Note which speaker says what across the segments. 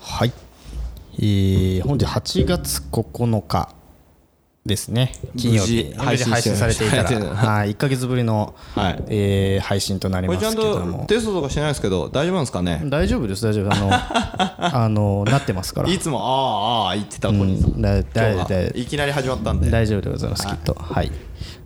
Speaker 1: はい、えー本日8月9日ですね金曜日
Speaker 2: 無事
Speaker 1: 配信
Speaker 2: 配信
Speaker 1: されていたら
Speaker 2: されてる
Speaker 1: はい1か月ぶりの、
Speaker 2: はい
Speaker 1: えー配信となり
Speaker 2: こ
Speaker 1: ま
Speaker 2: れ
Speaker 1: す
Speaker 2: ちゃ
Speaker 1: け
Speaker 2: ん
Speaker 1: ど
Speaker 2: と
Speaker 1: も
Speaker 2: テストとかしてないですけど大丈夫なんですかね
Speaker 1: 大丈夫です大丈夫あの あのなってますから
Speaker 2: いつもああああ言ってた子に
Speaker 1: うんだだ
Speaker 2: 今日
Speaker 1: だ
Speaker 2: はいきなり始まったんで
Speaker 1: 大丈夫でございますきっとはい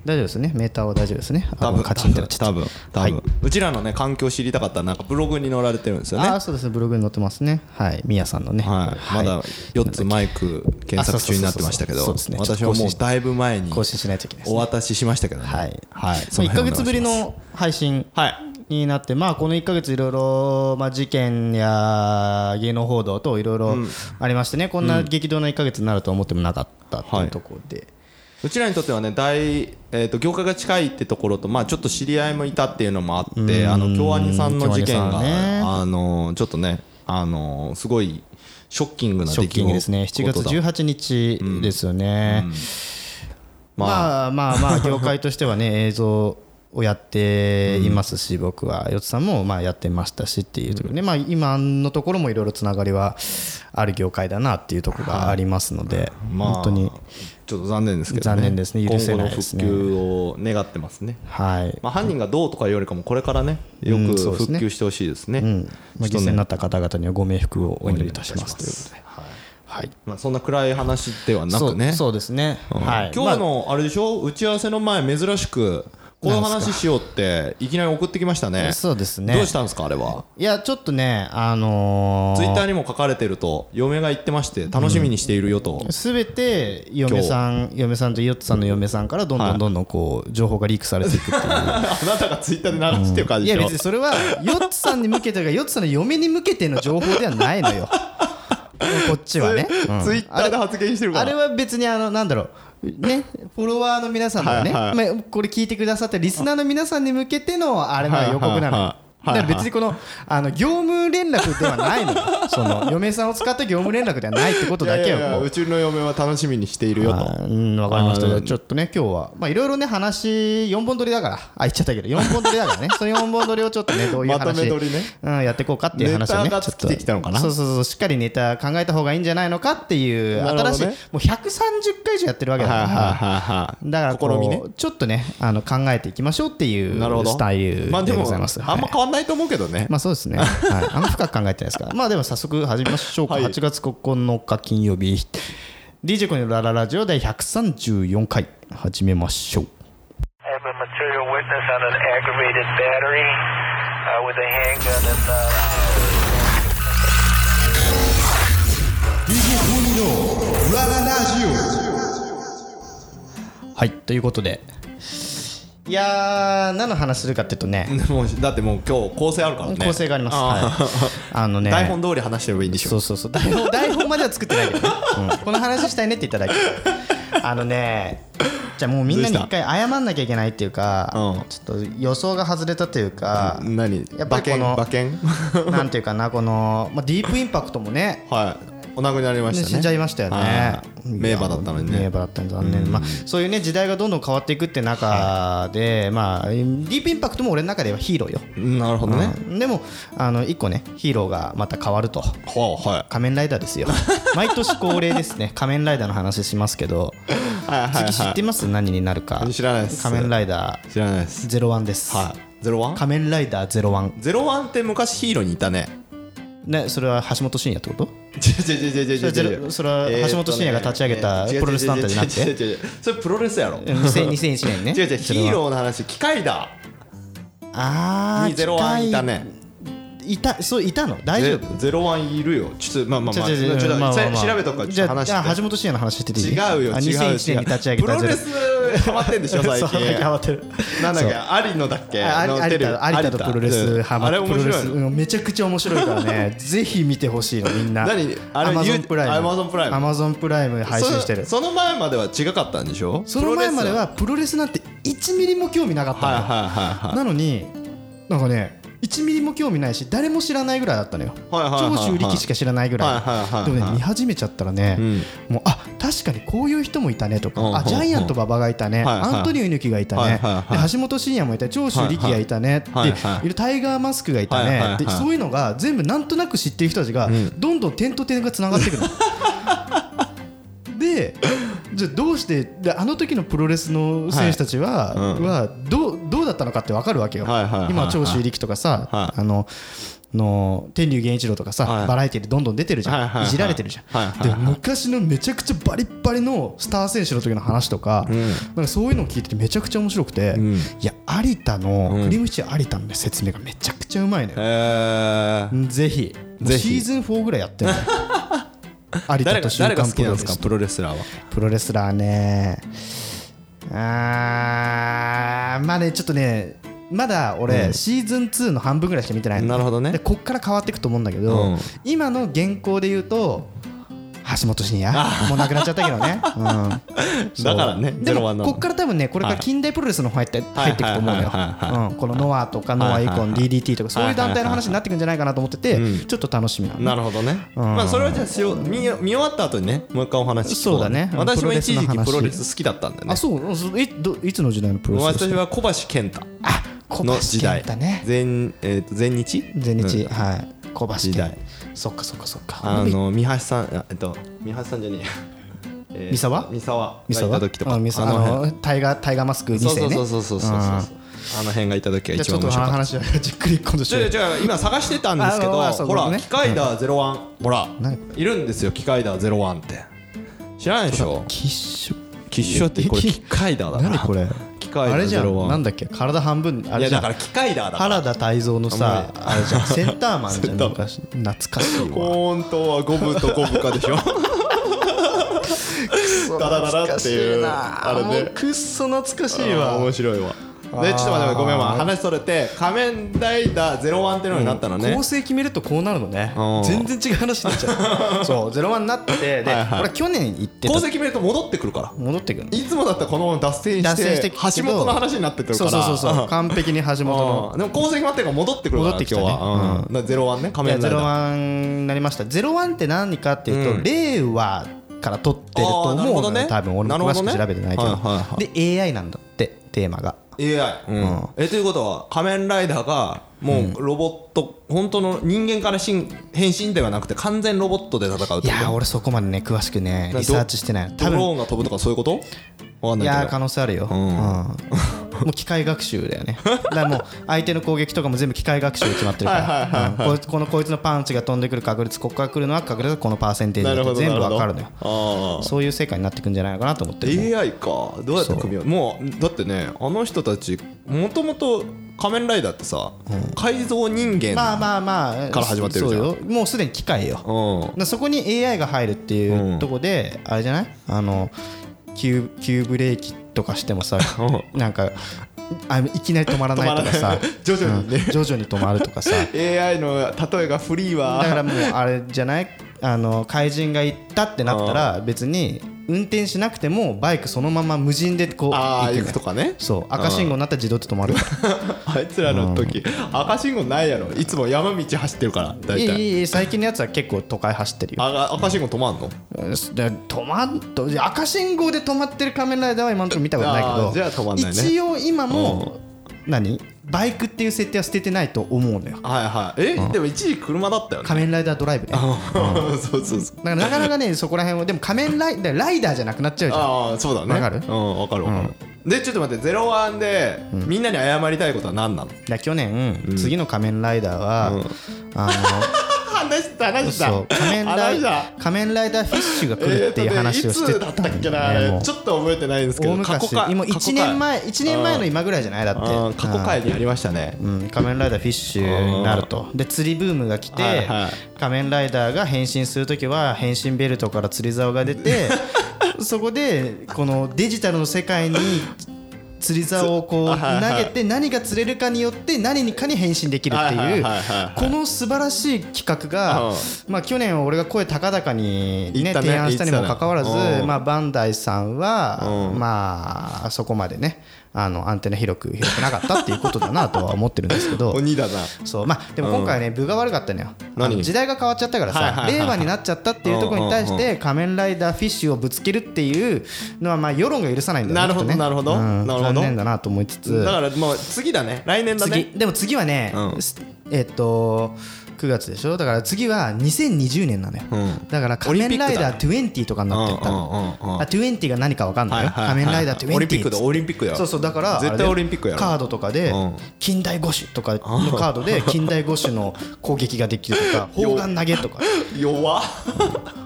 Speaker 1: 大丈夫ですねメーターは大丈夫ですねあ
Speaker 2: 多
Speaker 1: の
Speaker 2: 分
Speaker 1: カチンってなっちゃ
Speaker 2: 多
Speaker 1: った
Speaker 2: 分多
Speaker 1: は
Speaker 2: 分
Speaker 1: いう
Speaker 2: ちらのね環境知りたかったらなんかブログに載られてるんですよね
Speaker 1: あーそうですねブログに載ってますねはいみやさんのね
Speaker 2: はい、まだ4つマイク検索中になってましたけ
Speaker 1: あ
Speaker 2: ど
Speaker 1: そうそうそうそうそうですね
Speaker 2: 私はもうだいぶ前に
Speaker 1: 更新しないといけないです
Speaker 2: お
Speaker 1: ね
Speaker 2: 渡ししましたけどね
Speaker 1: はい、
Speaker 2: はい
Speaker 1: まあ、1か月ぶりの配信
Speaker 2: はい
Speaker 1: になって、まあ、この1か月いろいろ、まあ、事件や芸能報道といろいろありましてね、こんな激動な1か月になるとは思ってもなかったっていうところで、
Speaker 2: うちらにとってはね大、えー、と業界が近いってところと、まあ、ちょっと知り合いもいたっていうのもあってあの京アニさんの事件
Speaker 1: 京ア
Speaker 2: が、
Speaker 1: ニさんね
Speaker 2: あのちょっとねあのすごいショッキングな
Speaker 1: シ
Speaker 2: 出
Speaker 1: ョ
Speaker 2: 来
Speaker 1: ッキングですね7月
Speaker 2: 事だ
Speaker 1: 18日ですよね、まあ、まあまあ業界としてはね映像をやっています し、僕はよつさんもまあやってましたしっていうところで、まあ、今のところもいろいろつながりはある業界だなっていうところがありますので、
Speaker 2: まあ
Speaker 1: 本当に
Speaker 2: ちょっと残念ですけど、
Speaker 1: 残念ですね許せ
Speaker 2: 今後
Speaker 1: な
Speaker 2: の
Speaker 1: いです
Speaker 2: 復
Speaker 1: ね
Speaker 2: 旧を願ってますね
Speaker 1: はい、
Speaker 2: まあ、犯人がどうとかいうよりかもこれからねよ
Speaker 1: う
Speaker 2: く
Speaker 1: んそうですね
Speaker 2: 復旧してほしいですね。
Speaker 1: うんまあ、
Speaker 2: ち
Speaker 1: 犠
Speaker 2: ょっ
Speaker 1: 牲に
Speaker 2: とね
Speaker 1: なった方々にはご冥福をお祈りいたしますということで、
Speaker 2: はい
Speaker 1: はい、
Speaker 2: まあ、そんな暗い話ではなくね
Speaker 1: そうそうですね、はい
Speaker 2: 今日のあれでしょ打ち合わせの前珍しくこの話しようっていきなり送ってきました
Speaker 1: ま
Speaker 2: ね
Speaker 1: あ、そうですね
Speaker 2: どうしたんですかあれはい
Speaker 1: やちょっとねあのー
Speaker 2: ツイッターにも書かれてると嫁が言ってまして楽しみにしているよと、
Speaker 1: すべて嫁さん嫁さんとヨッツさんの嫁さんからどんどんどんどんこう情報がリークされていくっていう
Speaker 2: あなたがツイッターで流してる感
Speaker 1: い
Speaker 2: じ
Speaker 1: や
Speaker 2: でしょ、
Speaker 1: 別にそれはヨッツさんに向けてがヨッツさんの嫁に向けての情報ではないの よこっちはね、うん
Speaker 2: ツイッターで発言してるか
Speaker 1: あ
Speaker 2: ら
Speaker 1: れは別にあのなんだろうねフォロワーの皆さんだよね、
Speaker 2: はい
Speaker 1: まあ、これ聞いてくださったリスナーの皆さんに向けてのあれの予告なのよ
Speaker 2: はいはいはい
Speaker 1: だから別にこのあの業務連絡ではないのよその嫁さんを使った業務連絡ではないってことだ
Speaker 2: い
Speaker 1: け
Speaker 2: や
Speaker 1: よ
Speaker 2: いや
Speaker 1: もう
Speaker 2: うちの嫁は楽しみにしているよと
Speaker 1: あーうん、わかりました。
Speaker 2: あー
Speaker 1: じゃあちょっとね、今日は、まあ、いろいろね、話、4本撮りだから、あ、言っちゃ ったけど、4本撮りだからね、その4本撮りをちょっとね、どういう話、
Speaker 2: まとめ撮りね
Speaker 1: うん、やっていこうかっていう話をね、
Speaker 2: ネタが
Speaker 1: ちょっ
Speaker 2: 尽きてきたのかな
Speaker 1: そうそうそう、しっかりネタ考えた方がいいんじゃないのかっていう、
Speaker 2: なるほど
Speaker 1: 新
Speaker 2: ね
Speaker 1: しい、もう130回以上やってるわけだから、
Speaker 2: はいはい
Speaker 1: だからこ
Speaker 2: 試
Speaker 1: う
Speaker 2: みね
Speaker 1: ちょっとね、あの考えていきましょうっていう
Speaker 2: なるほど
Speaker 1: スタイル
Speaker 2: まあで
Speaker 1: でご
Speaker 2: も
Speaker 1: ざいます。
Speaker 2: あんま
Speaker 1: はい
Speaker 2: 変わんないと思うけどね
Speaker 1: まあそうですね、はい、あんま深く考えてないですから、 まあでも早速始めましょうか、
Speaker 2: はい
Speaker 1: 8月9日金曜日、DJ コニのラララジオ第134回、始めましょう。
Speaker 3: I have a material witness on an aggravated battery uh, with a handgun and. Uh
Speaker 1: はいということで、いやー、何の話するかっていうとね、
Speaker 2: もうだってもう今日構成あるからね
Speaker 1: 構成があります、
Speaker 2: あ
Speaker 1: はい、あの
Speaker 2: ー
Speaker 1: ね、
Speaker 2: 台本通り話してればいいんでし
Speaker 1: そ
Speaker 2: ょ
Speaker 1: うそうそう台本台本までは作ってないけど ね、うんこの話したいねって言っただけあのねじゃあもうみんなに
Speaker 2: どう
Speaker 1: 一
Speaker 2: し
Speaker 1: 回謝んなきゃいけないっていうか、
Speaker 2: うん
Speaker 1: ちょっと予想が外れたというか、
Speaker 2: 何
Speaker 1: やっぱりこの
Speaker 2: 馬券馬
Speaker 1: なんていうかなこの、まあ、ディープインパクトもね
Speaker 2: はいお亡くなりになりましたね
Speaker 1: 死んじゃいましたよね
Speaker 2: はい名馬だったのに
Speaker 1: いや名
Speaker 2: ね
Speaker 1: 馬だったのに残念、まあ、そういうね時代がどんどん変わっていくって中で、まあ、ディープインパクトも俺の中ではヒーローよ、
Speaker 2: なるほどね
Speaker 1: うんでもあの一個ねヒーローがまた変わると
Speaker 2: はいは
Speaker 1: 仮面ライダー ですよ毎年恒例ですね仮面ライダーの話しますけど
Speaker 2: いはいは
Speaker 1: 次
Speaker 2: い
Speaker 1: 知ってます何になるか
Speaker 2: 知らないです
Speaker 1: 仮面ライダー
Speaker 2: 知らないです
Speaker 1: 01です、
Speaker 2: はいゼロワン
Speaker 1: 仮面ライダー01
Speaker 2: ゼロワンって昔ヒーローにいたね
Speaker 1: ねそれは橋本真也って こと
Speaker 2: 違う違う違う違う違う
Speaker 1: それゼロそれは橋本真也が立ち上げた
Speaker 2: えーとね
Speaker 1: プロレス団体じゃなくて
Speaker 2: 違う違う違う違う違うそれプロレスやろ違う
Speaker 1: 2000 2001年ね
Speaker 2: 違うヒーローの話機械だ
Speaker 1: ーああ
Speaker 2: にゼロワンいたね
Speaker 1: いたそういたの大丈夫
Speaker 2: ゼロワンいるよちょっとまあまあ
Speaker 1: ち
Speaker 2: ま
Speaker 1: ょ
Speaker 2: あ
Speaker 1: ちょちょ
Speaker 2: ちょっと
Speaker 1: まあまあまあ
Speaker 2: 調べとくから
Speaker 1: じ
Speaker 2: ち
Speaker 1: ゃ
Speaker 2: ょっと
Speaker 1: あ
Speaker 2: 話
Speaker 1: じゃあ
Speaker 2: して
Speaker 1: 橋本真也の話してていい
Speaker 2: 違うよ違う
Speaker 1: あ
Speaker 2: 違う
Speaker 1: 2001年に立ち上げ
Speaker 2: プ
Speaker 1: た
Speaker 2: ロ
Speaker 1: ゼ
Speaker 2: レ
Speaker 1: ロ
Speaker 2: スハマってんでしょ 最
Speaker 1: そう
Speaker 2: 近
Speaker 1: 変わってる
Speaker 2: なんだっ
Speaker 1: そう
Speaker 2: けアリのだっけ
Speaker 1: あ有
Speaker 2: の
Speaker 1: 田
Speaker 2: テレビ
Speaker 1: 有田とプロレスハマ
Speaker 2: あれ面
Speaker 1: プロ
Speaker 2: 白
Speaker 1: レ
Speaker 2: い
Speaker 1: ス
Speaker 2: の
Speaker 1: うんめちゃくちゃ面白いから ねぜひ見てほしいのみんな
Speaker 2: 何あれ
Speaker 1: Amazon プライム
Speaker 2: Amazon プライム
Speaker 1: Amazon プライム配信してる
Speaker 2: そその前までは違かったんでしょ
Speaker 1: その前までは
Speaker 2: プ
Speaker 1: プロレスなんて1ミリも興味なかっ
Speaker 2: ロレスは
Speaker 1: た
Speaker 2: は
Speaker 1: の
Speaker 2: い
Speaker 1: よ
Speaker 2: はいはいはい
Speaker 1: なのになんかね1ミリも興味ないし誰も知らないぐらいだったのよ
Speaker 2: はいはいはいはい
Speaker 1: 長州力しか知らないぐら
Speaker 2: はいはいはいはい
Speaker 1: いでもね見始めちゃったらね
Speaker 2: ん
Speaker 1: もうあ確かにこういう人もいたねと
Speaker 2: うんうんう
Speaker 1: か
Speaker 2: ん
Speaker 1: あジャイアント馬場がいたね
Speaker 2: はいはい
Speaker 1: アントニオ猪木がいた
Speaker 2: はい
Speaker 1: ね
Speaker 2: はいはい
Speaker 1: で橋本真也もいた長州力がいたねって
Speaker 2: はいはい
Speaker 1: いるタイガー・マスクがいた
Speaker 2: はいはいは
Speaker 1: ね
Speaker 2: い
Speaker 1: でそういうのが全部なんとなく知ってる人たちがどんどん点と点がつながってくる の。でじゃあどうしてであの時のプロレスの選手たちは,、
Speaker 2: はいうん
Speaker 1: はどうどうだったのかって分かるわけよ、
Speaker 2: はいはいはいはい
Speaker 1: 今長州力とかさ、
Speaker 2: はい
Speaker 1: あのの天竜源一郎とかさ、
Speaker 2: はい
Speaker 1: バラエティでどんどん出てるじゃん、
Speaker 2: はい
Speaker 1: い
Speaker 2: はいはい
Speaker 1: じられてるじゃん、
Speaker 2: はいはいはい
Speaker 1: で昔のめちゃくちゃバリッバリのスター選手の時の話とか,、なんかそういうのを聞いててめちゃくちゃ面白くて、
Speaker 2: ん
Speaker 1: いや有田の、
Speaker 2: うん
Speaker 1: クリームシチュー有田の、ね、説明がめちゃくちゃうまいのよ、
Speaker 2: えー
Speaker 1: ぜひ
Speaker 2: ぜひ
Speaker 1: シーズン4ぐらいやってる のよ有田
Speaker 2: 誰
Speaker 1: と
Speaker 2: が
Speaker 1: 週
Speaker 2: 誰が
Speaker 1: 刊
Speaker 2: 好
Speaker 1: プ
Speaker 2: きな
Speaker 1: ロ
Speaker 2: ん
Speaker 1: レ
Speaker 2: です
Speaker 1: ス
Speaker 2: かプロレスラーは
Speaker 1: プロレスラーねあーまあねちょっとねまだ俺、シーズン2の半分ぐらいしか見てないの
Speaker 2: なるほどね
Speaker 1: でこっから変わっていくと思うんだけど、
Speaker 2: うん
Speaker 1: 今の現行で言うと橋本真也もうなくなっちゃったけど ね、うん、そう
Speaker 2: だからね
Speaker 1: で
Speaker 2: 01なの
Speaker 1: もこっから多分ねこれから近代プロレスの方入って入っていくと思うのよ
Speaker 2: はいはいはいはいは
Speaker 1: うんこのノアとかノアイ
Speaker 2: はい
Speaker 1: コ
Speaker 2: はい
Speaker 1: ン
Speaker 2: はい
Speaker 1: DDT とかそういう団体の話になっていくんじゃないかなと思ってて、
Speaker 2: うん
Speaker 1: ちょっと楽しみなのね
Speaker 2: なるほどね、まあそれはじゃあしよう見見終わった後にねもう一回お話聞こ
Speaker 1: そうだね
Speaker 2: 私も一時
Speaker 1: プロレスの
Speaker 2: 期
Speaker 1: 話
Speaker 2: プロレス好きだったんだよね
Speaker 1: あそううんそういどいつの時代のプロレスです
Speaker 2: 私
Speaker 1: か
Speaker 2: は小橋健太
Speaker 1: あ小
Speaker 2: の
Speaker 1: 橋
Speaker 2: 時
Speaker 1: 健
Speaker 2: 代
Speaker 1: 太ね
Speaker 2: 全えーと全日
Speaker 1: 全日、
Speaker 2: うん
Speaker 1: はい小橋健
Speaker 2: 時代
Speaker 1: そっかそっかそっか
Speaker 2: あの三橋さんあえっと三橋さんじゃねえ やえー
Speaker 1: 三沢
Speaker 2: 三沢
Speaker 1: ミサ
Speaker 2: が
Speaker 1: はい
Speaker 2: た時とか
Speaker 1: あミサあ
Speaker 2: 辺
Speaker 1: のタイガータイガーマスク2
Speaker 2: そう
Speaker 1: 世
Speaker 2: そう
Speaker 1: ね
Speaker 2: そうそうそうそうそう
Speaker 1: うん
Speaker 2: あの辺がいた時が
Speaker 1: じゃあちょ
Speaker 2: 一番
Speaker 1: っと
Speaker 2: 面白かった
Speaker 1: 話をじっくり今度し
Speaker 2: じ
Speaker 1: よう
Speaker 2: ゃ
Speaker 1: よ
Speaker 2: あじゃあ今探してたんですけど
Speaker 1: ああそう
Speaker 2: ほ
Speaker 1: ごめ
Speaker 2: ら
Speaker 1: んね
Speaker 2: 機械だ01ほら
Speaker 1: 何
Speaker 2: いるんですよ機械だ01って知らないでしょ
Speaker 1: キッシュ
Speaker 2: 吉祥ってこれ機械だだな
Speaker 1: 何これ
Speaker 2: 機械だ
Speaker 1: あれじゃんなん
Speaker 2: 01
Speaker 1: だっけ体半分あ
Speaker 2: い
Speaker 1: れ
Speaker 2: や
Speaker 1: じゃ
Speaker 2: だ
Speaker 1: ん
Speaker 2: から機械だだから
Speaker 1: 原田泰造のさ
Speaker 2: あん
Speaker 1: あれじゃんセンターマンじゃん
Speaker 2: センターマン
Speaker 1: 昔懐かしいわ
Speaker 2: 本当は五分と五分かで しょダダダダっていうあれね
Speaker 1: くっそ懐かし
Speaker 2: あー面白いわでちょっと待ってごめんごめん話それて仮面ライダー01ってのになったのね
Speaker 1: 構成決めるとこうなるのね
Speaker 2: うん
Speaker 1: 全然違う話になっちゃうそう「ゼロワンになっててで
Speaker 2: はいはい
Speaker 1: 俺去年行ってた
Speaker 2: 功績見ると戻ってくるから
Speaker 1: 戻ってくるの
Speaker 2: いつもだったらこのまま脱線して
Speaker 1: 脱線して
Speaker 2: 橋本の話になってくるか
Speaker 1: そう
Speaker 2: ら
Speaker 1: そうそうそう
Speaker 2: うん
Speaker 1: 完璧に橋本の
Speaker 2: うんでも功績待ってるから戻ってくるから
Speaker 1: 戻ってきたね
Speaker 2: 今日はうんだからゼロワンね仮面
Speaker 1: ゼ
Speaker 2: ライダ
Speaker 1: ロ
Speaker 2: ー
Speaker 1: ワンになりましたゼロワンって何かっていうと、
Speaker 2: うん
Speaker 1: 令和から取ってると思う
Speaker 2: あーなるほ
Speaker 1: の
Speaker 2: ど
Speaker 1: よ、
Speaker 2: ね
Speaker 1: 多分俺も
Speaker 2: なるほ
Speaker 1: 詳
Speaker 2: ど
Speaker 1: し
Speaker 2: ね
Speaker 1: く調べてないけど
Speaker 2: はいはいは
Speaker 1: で AI なんだってテーマが
Speaker 2: AI うんえということは仮面ライダーがもうロボット本当の人間から進変身ではなくて完全ロボットで戦うってこと
Speaker 1: いやー俺そこまでね詳しくねリサーチしてない
Speaker 2: ド
Speaker 1: 多
Speaker 2: ロー
Speaker 1: 分
Speaker 2: ンが飛ぶとかそういうことわかん
Speaker 1: い
Speaker 2: ないけど
Speaker 1: やー可能性あるよ、うん
Speaker 2: ん
Speaker 1: もう機械学習だよ ねだからもう相手の攻撃とかも全部機械学習で決まってるからうんこいつこのこいつのパンチが飛んでくる確率ここから来るのは確率このパーセンテージだって全部わかるのよ
Speaker 2: よ
Speaker 1: そういう世界になってくんじゃないかなと思ってる
Speaker 2: AI かどうやって組み合うもうだってねあの人たちもともと仮面ライダーってさ、改造人間、
Speaker 1: まあまあまあ
Speaker 2: から始まってるじゃん
Speaker 1: そうよもうすでに機械よ
Speaker 2: うん
Speaker 1: だそこに AI が入るっていうとこで、あれじゃないあの急急ブレーキとかしても さなんかあいきなり止まらないとかさ
Speaker 2: 徐々にね、
Speaker 1: うん徐々に止まるとか さ
Speaker 2: AI の例えがフリー
Speaker 1: だか
Speaker 2: は
Speaker 1: らもう あれじゃないあの怪人が行ったってなったら別に運転しなくてもバイクそのまま無人でこう
Speaker 2: ああ
Speaker 1: 行
Speaker 2: 行
Speaker 1: く
Speaker 2: くとかね
Speaker 1: そう赤信号になったら自動で止まる
Speaker 2: あいつらの時、赤信号ないやろいつも山道走ってるから
Speaker 1: い
Speaker 2: 大
Speaker 1: い
Speaker 2: 体
Speaker 1: いいい最近のやつは結構都会走ってるよ
Speaker 2: あ赤信号止まんの
Speaker 1: で止まんと赤信号で止まってる仮面ライダーは今のところ見たことないけ
Speaker 2: あ
Speaker 1: ど
Speaker 2: ーじゃあ止まんないね
Speaker 1: 一応今も、何バイクっていう設定は捨ててないと思うのよ
Speaker 2: はいはいえ、でも一時車だったよね
Speaker 1: 仮面ライダードライブねだか
Speaker 2: そうそうそう
Speaker 1: らなかなかねそこら辺はでも仮面ライダーライダーじゃなくなっちゃうじゃん
Speaker 2: ああそうだね
Speaker 1: わかる
Speaker 2: うんわかるわかる、でちょっと待ってゼロワンで、みんなに謝りたいことは何なの
Speaker 1: だから去年、次の仮面ライダーは、 あ
Speaker 2: 話した
Speaker 1: の
Speaker 2: 話した
Speaker 1: そう仮面ラ
Speaker 2: 話
Speaker 1: イ
Speaker 2: した
Speaker 1: 仮面ライダーフィッシュが来
Speaker 2: え
Speaker 1: る
Speaker 2: ー
Speaker 1: っ
Speaker 2: と
Speaker 1: ていう
Speaker 2: ね
Speaker 1: 話をしてた
Speaker 2: いつだったっけなあ
Speaker 1: も
Speaker 2: れ
Speaker 1: う
Speaker 2: ちょっと覚えてないんですけ
Speaker 1: 大
Speaker 2: ど過去
Speaker 1: 昔
Speaker 2: 回
Speaker 1: 今
Speaker 2: 過去
Speaker 1: 1
Speaker 2: 回
Speaker 1: 年前1年前の今ぐらいじゃないだって
Speaker 2: うん過去回にありましたね
Speaker 1: うん、仮面ライダーフィッシュになるとで釣りブームが来て、
Speaker 2: はいは
Speaker 1: 仮面ライダーが変身する時は変身ベルトから釣り竿が出 てそこでこのデジタルの世界に釣り竿をこう
Speaker 2: はいはいは
Speaker 1: 投
Speaker 2: い
Speaker 1: げて何が釣れるかによって何にかに変身できるって
Speaker 2: はいはいいうはいはい
Speaker 1: この素晴らしい企画が
Speaker 2: うん
Speaker 1: まあ去年俺が声高々に
Speaker 2: 言
Speaker 1: ね
Speaker 2: ったね
Speaker 1: 提案したにもかかわら
Speaker 2: 言ってたね
Speaker 1: ず
Speaker 2: うん
Speaker 1: まあバンダイさんは
Speaker 2: うん
Speaker 1: まあそこまでねあのアンテナ広く広くなかったっていうことだなとは思ってるんですけ ど
Speaker 2: 鬼だな
Speaker 1: そうまあでも今回ね分が悪かったのよ
Speaker 2: 何
Speaker 1: あの時代が変わっちゃったから
Speaker 2: はいはい
Speaker 1: さ
Speaker 2: はいはい
Speaker 1: 令和になっちゃったっていうところに対
Speaker 2: う
Speaker 1: し
Speaker 2: んうん
Speaker 1: て「仮面ライダーフィッシュ」をぶつけるっていうのはまあ世論が許さないんだよね
Speaker 2: なるほど
Speaker 1: きっとね
Speaker 2: なるほど
Speaker 1: うん
Speaker 2: なるほど
Speaker 1: 残念だなと思いつつ
Speaker 2: だからもう次だね来年だ
Speaker 1: 次
Speaker 2: ね
Speaker 1: でも次はね
Speaker 2: うん
Speaker 1: すえっと9月でしょだから次は2020年なのよ
Speaker 2: うん
Speaker 1: だから「仮面ライダー20」とかになってった
Speaker 2: うんうんうんうん
Speaker 1: あ20が何か分かんないよ「仮面ライダー20」
Speaker 2: オリンピックだオリンピックだ
Speaker 1: そうそうだから
Speaker 2: 絶
Speaker 1: あれ
Speaker 2: 対
Speaker 1: で
Speaker 2: オリンピックやろ
Speaker 1: カードとかで
Speaker 2: うん
Speaker 1: 近代五種とかのカード で近代五種の攻撃ができるとか砲丸投げとか
Speaker 2: 弱っ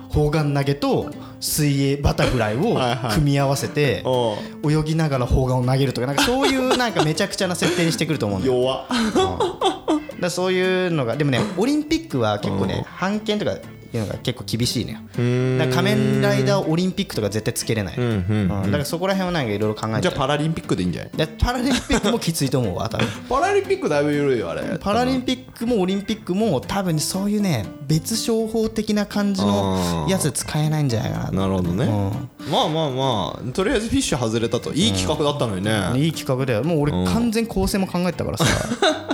Speaker 1: 砲丸投げと水泳バタフライを
Speaker 2: はいはい
Speaker 1: 組み合わせて泳ぎながら砲丸を投げるとかなんかそういうなんかめちゃくちゃな設定にしてくると思うんだよ
Speaker 2: 弱っ
Speaker 1: だからそういうのがでもねオリンピックは結構ね判権とかいうのが結構厳しいのよだから仮面ライダーオリンピックとか絶対つけれない、
Speaker 2: んうん
Speaker 1: うんだからそこら辺はなんかいろいろ考えて
Speaker 2: じゃあパラリンピックでいいんじゃない
Speaker 1: でパラリンピックもきついと思うわ多分
Speaker 2: パラリンピックだいぶ緩いよあれ
Speaker 1: パラリンピックもオリンピックも多分そういうね別商法的な感じのやつ使えないんじゃないかな
Speaker 2: なるほどねまあまあまあとりあえずフィッシュ外れたといい企画だったのにね
Speaker 1: いい企画だよもう俺完全構成も考えてたからさ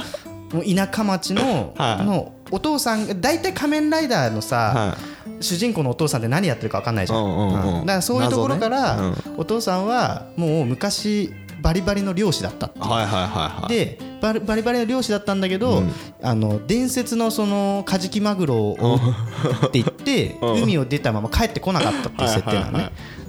Speaker 1: もう田舎町の,、
Speaker 2: はい
Speaker 1: のお父さんが大体仮面ライダーのさ、
Speaker 2: は
Speaker 1: 主人公のお父さんって何やってるか分かんないじゃん,、
Speaker 2: うんうんうん
Speaker 1: だからそういうところから、
Speaker 2: 謎ね
Speaker 1: お父さんはもう昔バリバリの漁師だったっていう
Speaker 2: はいはいはいはい
Speaker 1: でバリバリバリの漁師だったんだけど、あの伝説のそのカジキマグロをって言 って、海を出たまま帰ってこなかったっていう設定なのね、
Speaker 2: はいは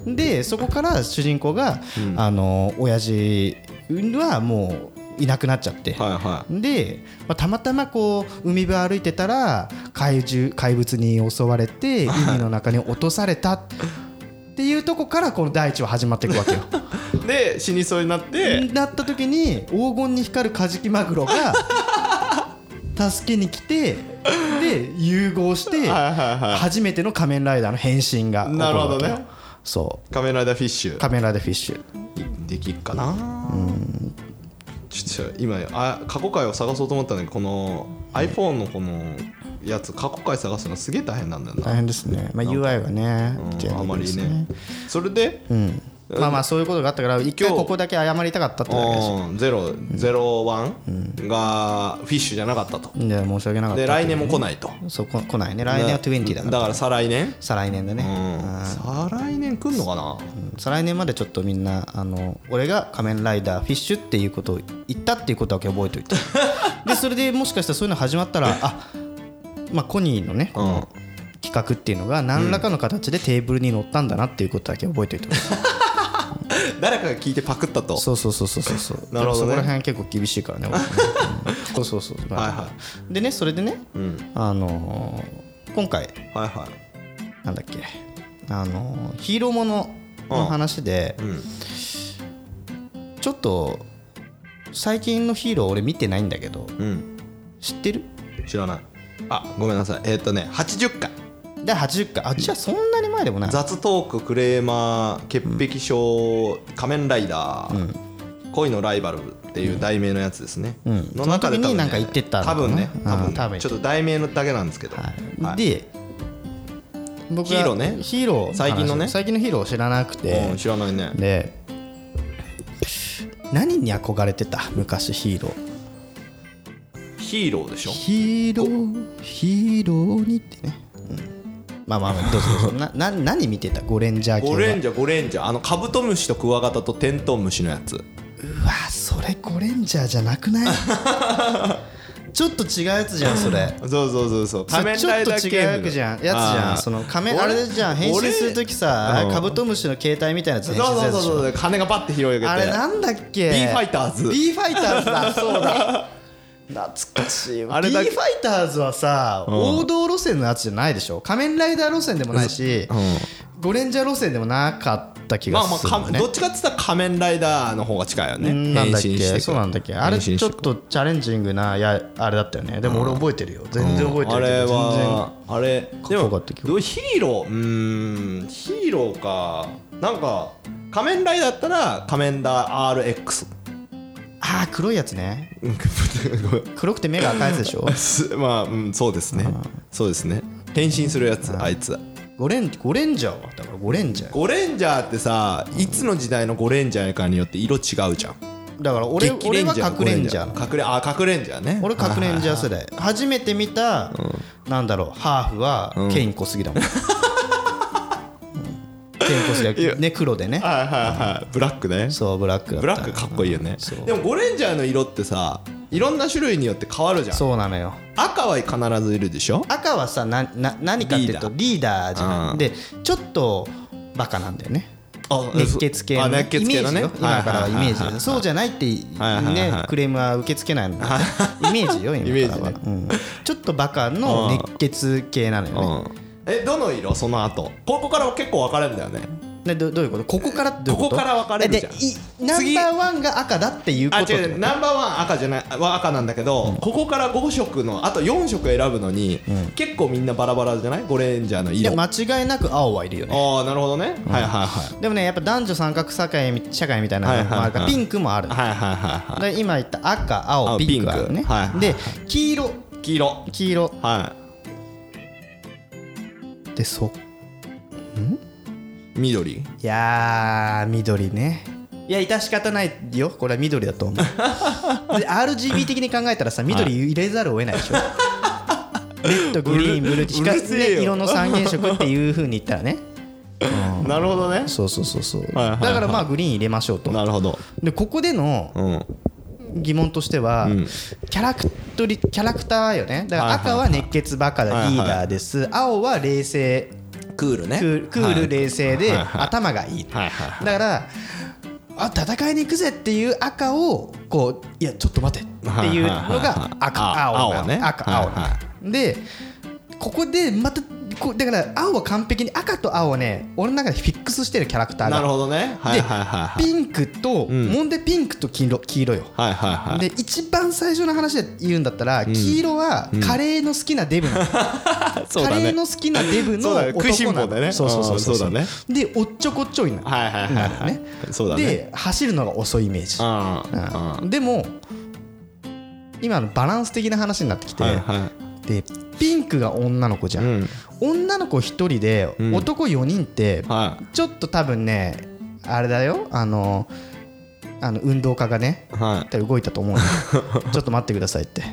Speaker 2: いは
Speaker 1: でそこから主人公が、あの親父はもういなくなっちゃって、
Speaker 2: はいはい
Speaker 1: で、まあ、たまたまこう海辺を歩いてたら怪獣怪物に襲われて海の中に落とされたっていうとこからこの第一話始まっていくわけよ。
Speaker 2: で死にそうになって
Speaker 1: なった時に黄金に光るカジキマグロ が助けに来てで融合して
Speaker 2: はいはいはい
Speaker 1: 初めての仮面ライダーの変身が起こわけよ
Speaker 2: なるほどね
Speaker 1: そ
Speaker 2: 仮面ライダーフィッシ
Speaker 1: う
Speaker 2: ュ
Speaker 1: 仮面ライダーフィッシュ
Speaker 2: できるかなちょっと今あ過去回を探そうと思ったんだけどこの iPhone のこのやつ過去回探すのすげえ大変なんだよな
Speaker 1: 大変ですね、まあ、UI がね
Speaker 2: うんあまり
Speaker 1: です
Speaker 2: ねそれで
Speaker 1: うんまあまあそういうことがあったから一回ここだけ謝りたかったってだけでしょ
Speaker 2: ゼロゼロワンがフィッシュじゃなかったと
Speaker 1: で申し訳なかった
Speaker 2: で来年も来ないと
Speaker 1: そうこ来ないね来年は20だから
Speaker 2: だから再来年
Speaker 1: 再来年だね、
Speaker 2: うん再来年来んのかな
Speaker 1: 再来年までちょっとみんなあの俺が仮面ライダーフィッシュっていうことを言ったっていうことだけ覚えておいてでそれでもしかしたらそういうの始まったらあまあコニーのね、
Speaker 2: うん
Speaker 1: 企画っていうのが何らかの形でテーブルに乗ったんだなっていうことだけ覚えておいてほしい
Speaker 2: 誰かが聞いてパクったと
Speaker 1: そうそうそうそうそうそう
Speaker 2: なるほ
Speaker 1: でもそ
Speaker 2: どね
Speaker 1: こら辺結構厳しい からね俺ねうんそうそうそう
Speaker 2: はいは
Speaker 1: でねそれでね、
Speaker 2: うん
Speaker 1: あのー今回
Speaker 2: はいは
Speaker 1: なんだっけあのーヒーローものの話で、
Speaker 2: いうん
Speaker 1: ちょっと最近のヒーロー俺見てないんだけど
Speaker 2: うん
Speaker 1: 知ってる
Speaker 2: 知らないあごめんなさいえっとね80回
Speaker 1: 第80回あじゃあそんなに前でもない
Speaker 2: 雑トーククレーマー潔癖症仮面ライダー、恋のライバルっていう題名のやつですね、
Speaker 1: ん
Speaker 2: の中で
Speaker 1: その時に
Speaker 2: 多分ね
Speaker 1: なんか言ってたのか
Speaker 2: 多
Speaker 1: な
Speaker 2: 分ね
Speaker 1: うん
Speaker 2: 多分
Speaker 1: 多分
Speaker 2: ちょっと題名のだけなんですけど、
Speaker 1: はいで僕は
Speaker 2: ヒーローね
Speaker 1: ヒーロー話
Speaker 2: 最近のね
Speaker 1: 最近のヒーローを知らなく
Speaker 2: う
Speaker 1: て
Speaker 2: ん知らないね
Speaker 1: で何に憧れてた昔ヒーロー
Speaker 2: ヒーローでしょ
Speaker 1: ヒーローヒーローにってね、うん、まあまあ まあどうぞどうぞなな何見てたゴレンジャー系
Speaker 2: ゴ
Speaker 1: は
Speaker 2: レンジャーゴレンジャーあのカブトムシとクワガタとテントウムシのやつ
Speaker 1: うわそれゴレンジャーじゃなくない ちょっと違うやつじゃんそれ
Speaker 2: そうそうそうそう
Speaker 1: そ
Speaker 2: 仮
Speaker 1: れ
Speaker 2: 面
Speaker 1: ちょ
Speaker 2: ラ
Speaker 1: っ
Speaker 2: イ
Speaker 1: と
Speaker 2: ダー
Speaker 1: 違うやつじゃんやつじゃんその仮面あれじゃん変身すると
Speaker 2: き
Speaker 1: きさ
Speaker 2: うん
Speaker 1: カブトムシの携帯みたいなやつ
Speaker 2: そう
Speaker 1: 変身する
Speaker 2: そう
Speaker 1: やつ
Speaker 2: そ
Speaker 1: で
Speaker 2: う
Speaker 1: しょ
Speaker 2: そう羽がパッて広げて
Speaker 1: あれなんだっけ
Speaker 2: B ファイターズ
Speaker 1: B ファイターズ だそうだ懐かしいわ
Speaker 2: あれ
Speaker 1: B フ
Speaker 2: だ
Speaker 1: ァイターズはさ王道路線のやつじゃないでしょ仮面ライダー路線でもないしゴレンジャー路線でもなかった気
Speaker 2: ま
Speaker 1: が
Speaker 2: あまあ
Speaker 1: するの
Speaker 2: か
Speaker 1: ね
Speaker 2: どっちかって言ったら仮面ライダーの方が近いよね
Speaker 1: なんだっ
Speaker 2: 変身してく
Speaker 1: け
Speaker 2: る
Speaker 1: そうなんだっけあれちょ
Speaker 2: 変身
Speaker 1: っ
Speaker 2: してくる
Speaker 1: とチャレンジングなやあれだったよねでも俺覚えてるよ全然覚えて
Speaker 2: あ
Speaker 1: るけ
Speaker 2: れ
Speaker 1: ど全然
Speaker 2: はあれで
Speaker 1: っこよか
Speaker 2: も
Speaker 1: ったけど
Speaker 2: どうヒーローうーんヒーローかなんか仮面ライダーだったら仮面ライダー RX
Speaker 1: ああ黒いやつね黒くて目が赤いやつで しょ
Speaker 2: す まあ、うん、そうですねそうですね変身するやつあいつ
Speaker 1: ゴレンゴレンジャーはだからゴレンジャー
Speaker 2: ゴレンジャーってさいつの時代のゴレンジャーかによって色違うじゃん
Speaker 1: だから俺
Speaker 2: 激
Speaker 1: 俺は隠レンジャー
Speaker 2: 隠れあ隠れんじゃね
Speaker 1: 俺隠れんじゃー世
Speaker 2: 代
Speaker 1: 代初めて見た、なんだろうハーフは健康すぎだ もん、うん、健康すぎだ
Speaker 2: いや
Speaker 1: ね黒でね
Speaker 2: はいはいはいブラックね
Speaker 1: そうブラックだった
Speaker 2: ブラックかっこいいよね
Speaker 1: そう
Speaker 2: でもゴレンジャーの色ってさいろんな種類によって変わるじゃん
Speaker 1: そうなのよ
Speaker 2: 赤は必ずいるでしょ
Speaker 1: 赤はさなな何かっていうとリーダーじゃない、
Speaker 2: うん
Speaker 1: でちょっとバカなんだよね
Speaker 2: あ
Speaker 1: 熱血系の
Speaker 2: あ
Speaker 1: ね
Speaker 2: 熱血
Speaker 1: イメ
Speaker 2: 系
Speaker 1: ー
Speaker 2: の
Speaker 1: ジ
Speaker 2: ね
Speaker 1: よ今からはイメージ
Speaker 2: はいはいはいは
Speaker 1: だ
Speaker 2: い
Speaker 1: そうじゃないって
Speaker 2: はいはいはいは
Speaker 1: ね
Speaker 2: い
Speaker 1: クレームは受け付けないのでイメージよ
Speaker 2: イメー
Speaker 1: 今
Speaker 2: ジ
Speaker 1: か
Speaker 2: ね
Speaker 1: らはうんちょっとバカの熱血系なのよね
Speaker 2: えどの色その後ここから結構分かれるんだよね
Speaker 1: でどどういうことここからってどういうこと
Speaker 2: ここから分かれるじゃん
Speaker 1: えでいナン
Speaker 2: 次
Speaker 1: バーワンが赤だっていうこ
Speaker 2: あ
Speaker 1: と
Speaker 2: 違うナンバーワン赤じゃないは赤なんだけど、ここから5色のあと4色選ぶのに、結構みんなバラバラじゃないゴレンジャーの
Speaker 1: いや
Speaker 2: 色、
Speaker 1: 間違いなく青はいるよね
Speaker 2: ああなるほどね、はいはいはい
Speaker 1: でもねやっぱ男女三角社会み社会みたいなのもあるから
Speaker 2: はいはいはい
Speaker 1: ピンクもある
Speaker 2: はいはいはいは
Speaker 1: で今言った赤
Speaker 2: 青
Speaker 1: 青ピンク
Speaker 2: ピン
Speaker 1: あ
Speaker 2: ク
Speaker 1: るね
Speaker 2: はいはい
Speaker 1: で黄色
Speaker 2: い黄色
Speaker 1: 黄色
Speaker 2: は
Speaker 1: でそ
Speaker 2: い緑
Speaker 1: いやー緑ねいや致し方ないよこれは緑だと思 うで RGB 的に考えたらさ緑入れざるを得ないでしょレッドグリーン
Speaker 2: うる
Speaker 1: ブルーって
Speaker 2: うるせえよ
Speaker 1: ね色の三原色っていうふうに言ったらね
Speaker 2: なるほどね
Speaker 1: そうそうそうそうだ
Speaker 2: はいはい
Speaker 1: からまあグリーン入れましょうと
Speaker 2: なるほど
Speaker 1: でここでの
Speaker 2: うん
Speaker 1: 疑問としては、
Speaker 2: ん
Speaker 1: キャラクトリキャラクターよねだから赤は熱血バカ
Speaker 2: はい
Speaker 1: だ
Speaker 2: はい
Speaker 1: リーダーです、青は冷静
Speaker 2: クールね
Speaker 1: クールクール冷静で
Speaker 2: はいはい
Speaker 1: 頭がいい
Speaker 2: はいはいは
Speaker 1: だからあ戦いに行くぜっていう赤をこういやちょっと待てっていうの
Speaker 2: はいはいはいは
Speaker 1: が
Speaker 2: い
Speaker 1: 赤
Speaker 2: あ
Speaker 1: 青な
Speaker 2: 青ね
Speaker 1: 赤青な
Speaker 2: は
Speaker 1: でここでまたこうだから青は完璧に赤と青はね俺の中でフィックスしてるキャラクター
Speaker 2: なる
Speaker 1: が
Speaker 2: ほどねはいはいはいはい
Speaker 1: ピンクと、
Speaker 2: ん
Speaker 1: もんでピンクと黄色黄色よ
Speaker 2: はいはいはい
Speaker 1: で一番最初の話で言うんだったら、黄色はカレーの好きなデブなの、
Speaker 2: そう
Speaker 1: カ
Speaker 2: だ
Speaker 1: レ
Speaker 2: ね
Speaker 1: ーの好きなデブの
Speaker 2: そうだね
Speaker 1: 男
Speaker 2: 食いしん
Speaker 1: な
Speaker 2: 坊
Speaker 1: の
Speaker 2: だね
Speaker 1: そうそうそう
Speaker 2: うんそうだね
Speaker 1: でおっちょこっちょいなの
Speaker 2: はいはいはいはい
Speaker 1: なのね
Speaker 2: そうだね
Speaker 1: で走るのが遅いイメージ
Speaker 2: うん
Speaker 1: うんでも今のバランス的な話になってきて、
Speaker 2: はいは
Speaker 1: でピンクが女の子じゃん、
Speaker 2: うん
Speaker 1: 女の子1人で
Speaker 2: ん
Speaker 1: 男4人って、
Speaker 2: いは
Speaker 1: ちょっと多分ねあれだよあのあの運動家がね
Speaker 2: いはい
Speaker 1: って動いたと思うの ちょっと待ってくださいって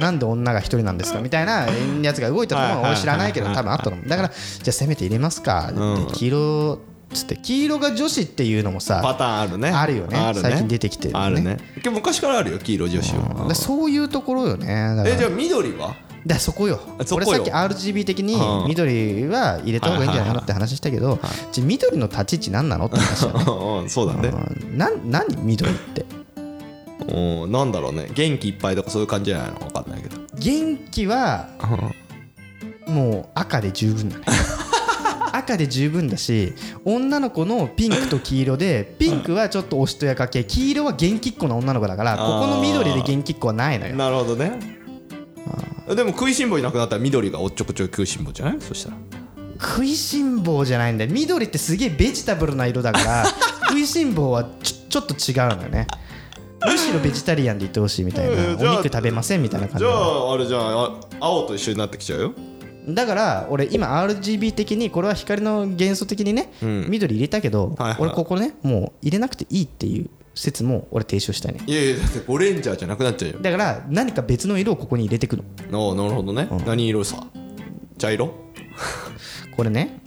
Speaker 1: なんで女が一人なんですかみたいなやつが動いたと思うの
Speaker 2: はいはいはい
Speaker 1: 俺知らないけど多分あったのだからじゃあせめて入れますかって言っ
Speaker 2: うん
Speaker 1: て黄色っつって黄色が女子っていうのも
Speaker 2: パ
Speaker 1: さ
Speaker 2: ターンあるね
Speaker 1: あるよね最近出てきてるよね
Speaker 2: あるねけど昔からあるよ黄色女子
Speaker 1: だか
Speaker 2: は
Speaker 1: らそういうところよねだから
Speaker 2: えじゃあ緑は
Speaker 1: だからそこよ
Speaker 2: そこ
Speaker 1: 俺
Speaker 2: よ
Speaker 1: さっき RGB 的に
Speaker 2: うん
Speaker 1: 緑は入れた方がいいんじゃないかなって話したけどじゃあ緑の立ち位置何なのって話だね
Speaker 2: うんそうだね
Speaker 1: うんなん何緑って
Speaker 2: うんなんだろうね元気いっぱいとかそういう感じじゃないのわかんないけど
Speaker 1: 元気はもう赤で十分だ ね赤で十分だし女の子のピンクと黄色でピンクはちょっとおしとやか系黄色は元気っ子の女の子だからここの緑で元気っ子はないのよ
Speaker 2: なるほどねでも食いしん坊いなくなったら緑がおっちょこちょい食いしん坊じゃないそしたら
Speaker 1: 食いしん坊じゃないんだよ緑ってすげえベジタブルな色だから 食いしん坊はちょちょっと違うのよねむしろベジタリアンでいてほしいみたいな、
Speaker 2: えーじゃあ
Speaker 1: お肉食べませんみたいな感
Speaker 2: じ
Speaker 1: じ
Speaker 2: ゃ
Speaker 1: なの
Speaker 2: ああれじゃああ青と一緒になってきちゃうよ
Speaker 1: だから俺今 RGB 的にこれは光の元素的にね、
Speaker 2: ん
Speaker 1: 緑入れたけど、
Speaker 2: はいはい
Speaker 1: 俺ここねもう入れなくていいっていう説も俺提唱したいね
Speaker 2: いやいやだってゴレンジャーじゃなくなっちゃうよ
Speaker 1: だから何か別の色をここに入れてくの
Speaker 2: おーなるほどね何色さ茶色
Speaker 1: これね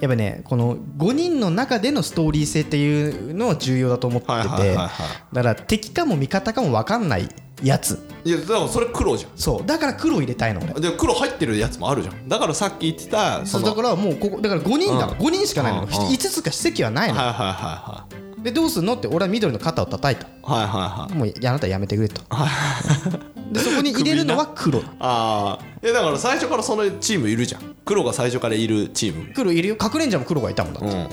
Speaker 1: やっぱねこの5人の中でのストーリー性っていうのは重要だと思ってて
Speaker 2: はい
Speaker 1: だ
Speaker 2: はいはいはい
Speaker 1: から敵かも味方かも分かんないやつ
Speaker 2: いやだからそれ黒じゃん
Speaker 1: そうだから黒入れたいの俺
Speaker 2: で黒入ってるやつもあるじゃんだからさっき言ってた
Speaker 1: そ
Speaker 2: そ
Speaker 1: う
Speaker 2: の
Speaker 1: だからもうここだから5人だ、
Speaker 2: うん
Speaker 1: 5人しかないの、
Speaker 2: うん
Speaker 1: 5つか席はないの、
Speaker 2: はいはいは
Speaker 1: でどうすんのって俺は緑の肩を叩いた
Speaker 2: いはいはいはいはい
Speaker 1: もういやあなたやめてくれと。でそこに入れるの は黒。
Speaker 2: ああいやだから最初からそのチームいるじゃん黒が最初からいるチーム
Speaker 1: 黒いるよ。隠れんじゃも黒がいたもんだ
Speaker 2: う
Speaker 1: っ
Speaker 2: ん、
Speaker 1: て。
Speaker 2: だか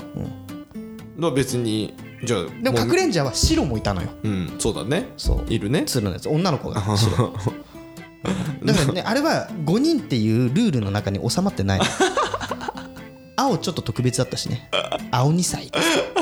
Speaker 2: ら別にじゃあ
Speaker 1: でも
Speaker 2: う
Speaker 1: 隠れんじゃは白もいたのよ。
Speaker 2: うんそうだね
Speaker 1: そう。
Speaker 2: いるね
Speaker 1: 鶴のやつ女の子が白。だからねあれは5人っていうルールの中に収まって ないの。青ちょっと特別だったしね。青2歳。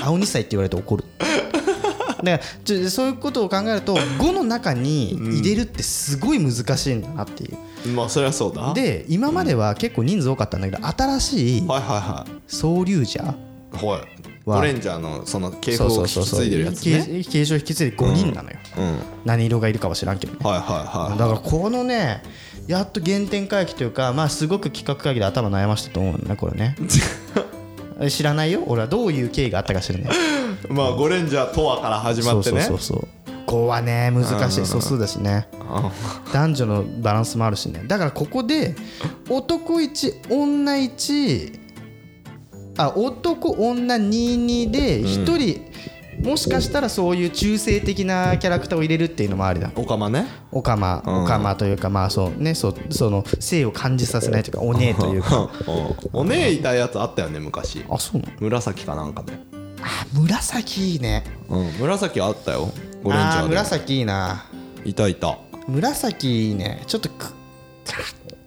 Speaker 1: 青2歳って言われて怒る。だからちょそういうことを考えると5の中に入れるってすごい難しいんだなっていう。
Speaker 2: まあそりゃそうだ
Speaker 1: で今までは結構人数多かったんだけど新しい
Speaker 2: はいは
Speaker 1: 総流者
Speaker 2: いはいはいゴレンジャーのその系譜を引き継いでるやつ
Speaker 1: 継
Speaker 2: ね
Speaker 1: 継承引き継いで5人なのよ、
Speaker 2: うんはい
Speaker 1: 何色がいるかは知らんけどね
Speaker 2: はいはい
Speaker 1: だからこのねやっと原点回帰というかまあすごく企画会議で頭悩ましたと思うんだねこれ ね知らないよ俺はどういう経緯があったか知らない
Speaker 2: まあゴレンジャーとはから始まってね
Speaker 1: そうそうそうそう5はね難しい素数だしね男女のバランスもあるしねだからここで男1女1あ男女22で1人、もしかしたらそういう中性的なキャラクターを入れるっていうのもありだ
Speaker 2: オカマね
Speaker 1: おかまおかまというかまあそうねそうその性を感じさせないというかお姉というか
Speaker 2: お姉いたやつあったよね昔
Speaker 1: あそうなの
Speaker 2: 紫かなんかで、
Speaker 1: あ紫いいね
Speaker 2: うん、紫あったよゴレンジ
Speaker 1: あ
Speaker 2: ャ
Speaker 1: ー
Speaker 2: ーで
Speaker 1: 紫いいない
Speaker 2: たいた
Speaker 1: 紫いいねちょっとく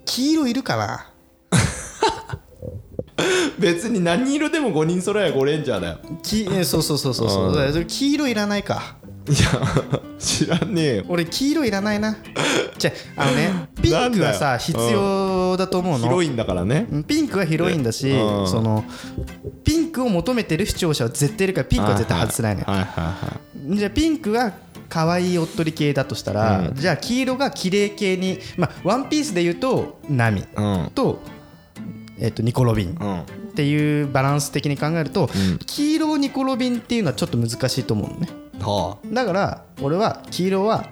Speaker 1: 黄色いるかな
Speaker 2: 別に何色でも5人揃えばゴレンジャーだよ
Speaker 1: きえそうそうそうそうそうだから黄色いらないか
Speaker 2: いや知らねえよ
Speaker 1: 俺黄色いらないなじゃあの ねピンクは
Speaker 2: なんだよ
Speaker 1: さ必要だと思うの
Speaker 2: 広いんだからね
Speaker 1: うんピンクは広いんだし、
Speaker 2: うん
Speaker 1: そのピンクを求めてる視聴者は絶対いるからピンクは絶対外せないのよ、
Speaker 2: はいはいは
Speaker 1: じゃあピンクが可愛いおっとり系だとしたら、じゃあ黄色が綺麗系に、まあ、ワンピースで言うとナミ
Speaker 2: いはい
Speaker 1: と,、えっとニコ・ロビン
Speaker 2: うんうん
Speaker 1: っていうバランス的に考えると、黄色をニコ・ロビンっていうのはちょっと難しいと思うのね
Speaker 2: は
Speaker 1: だから俺は黄色は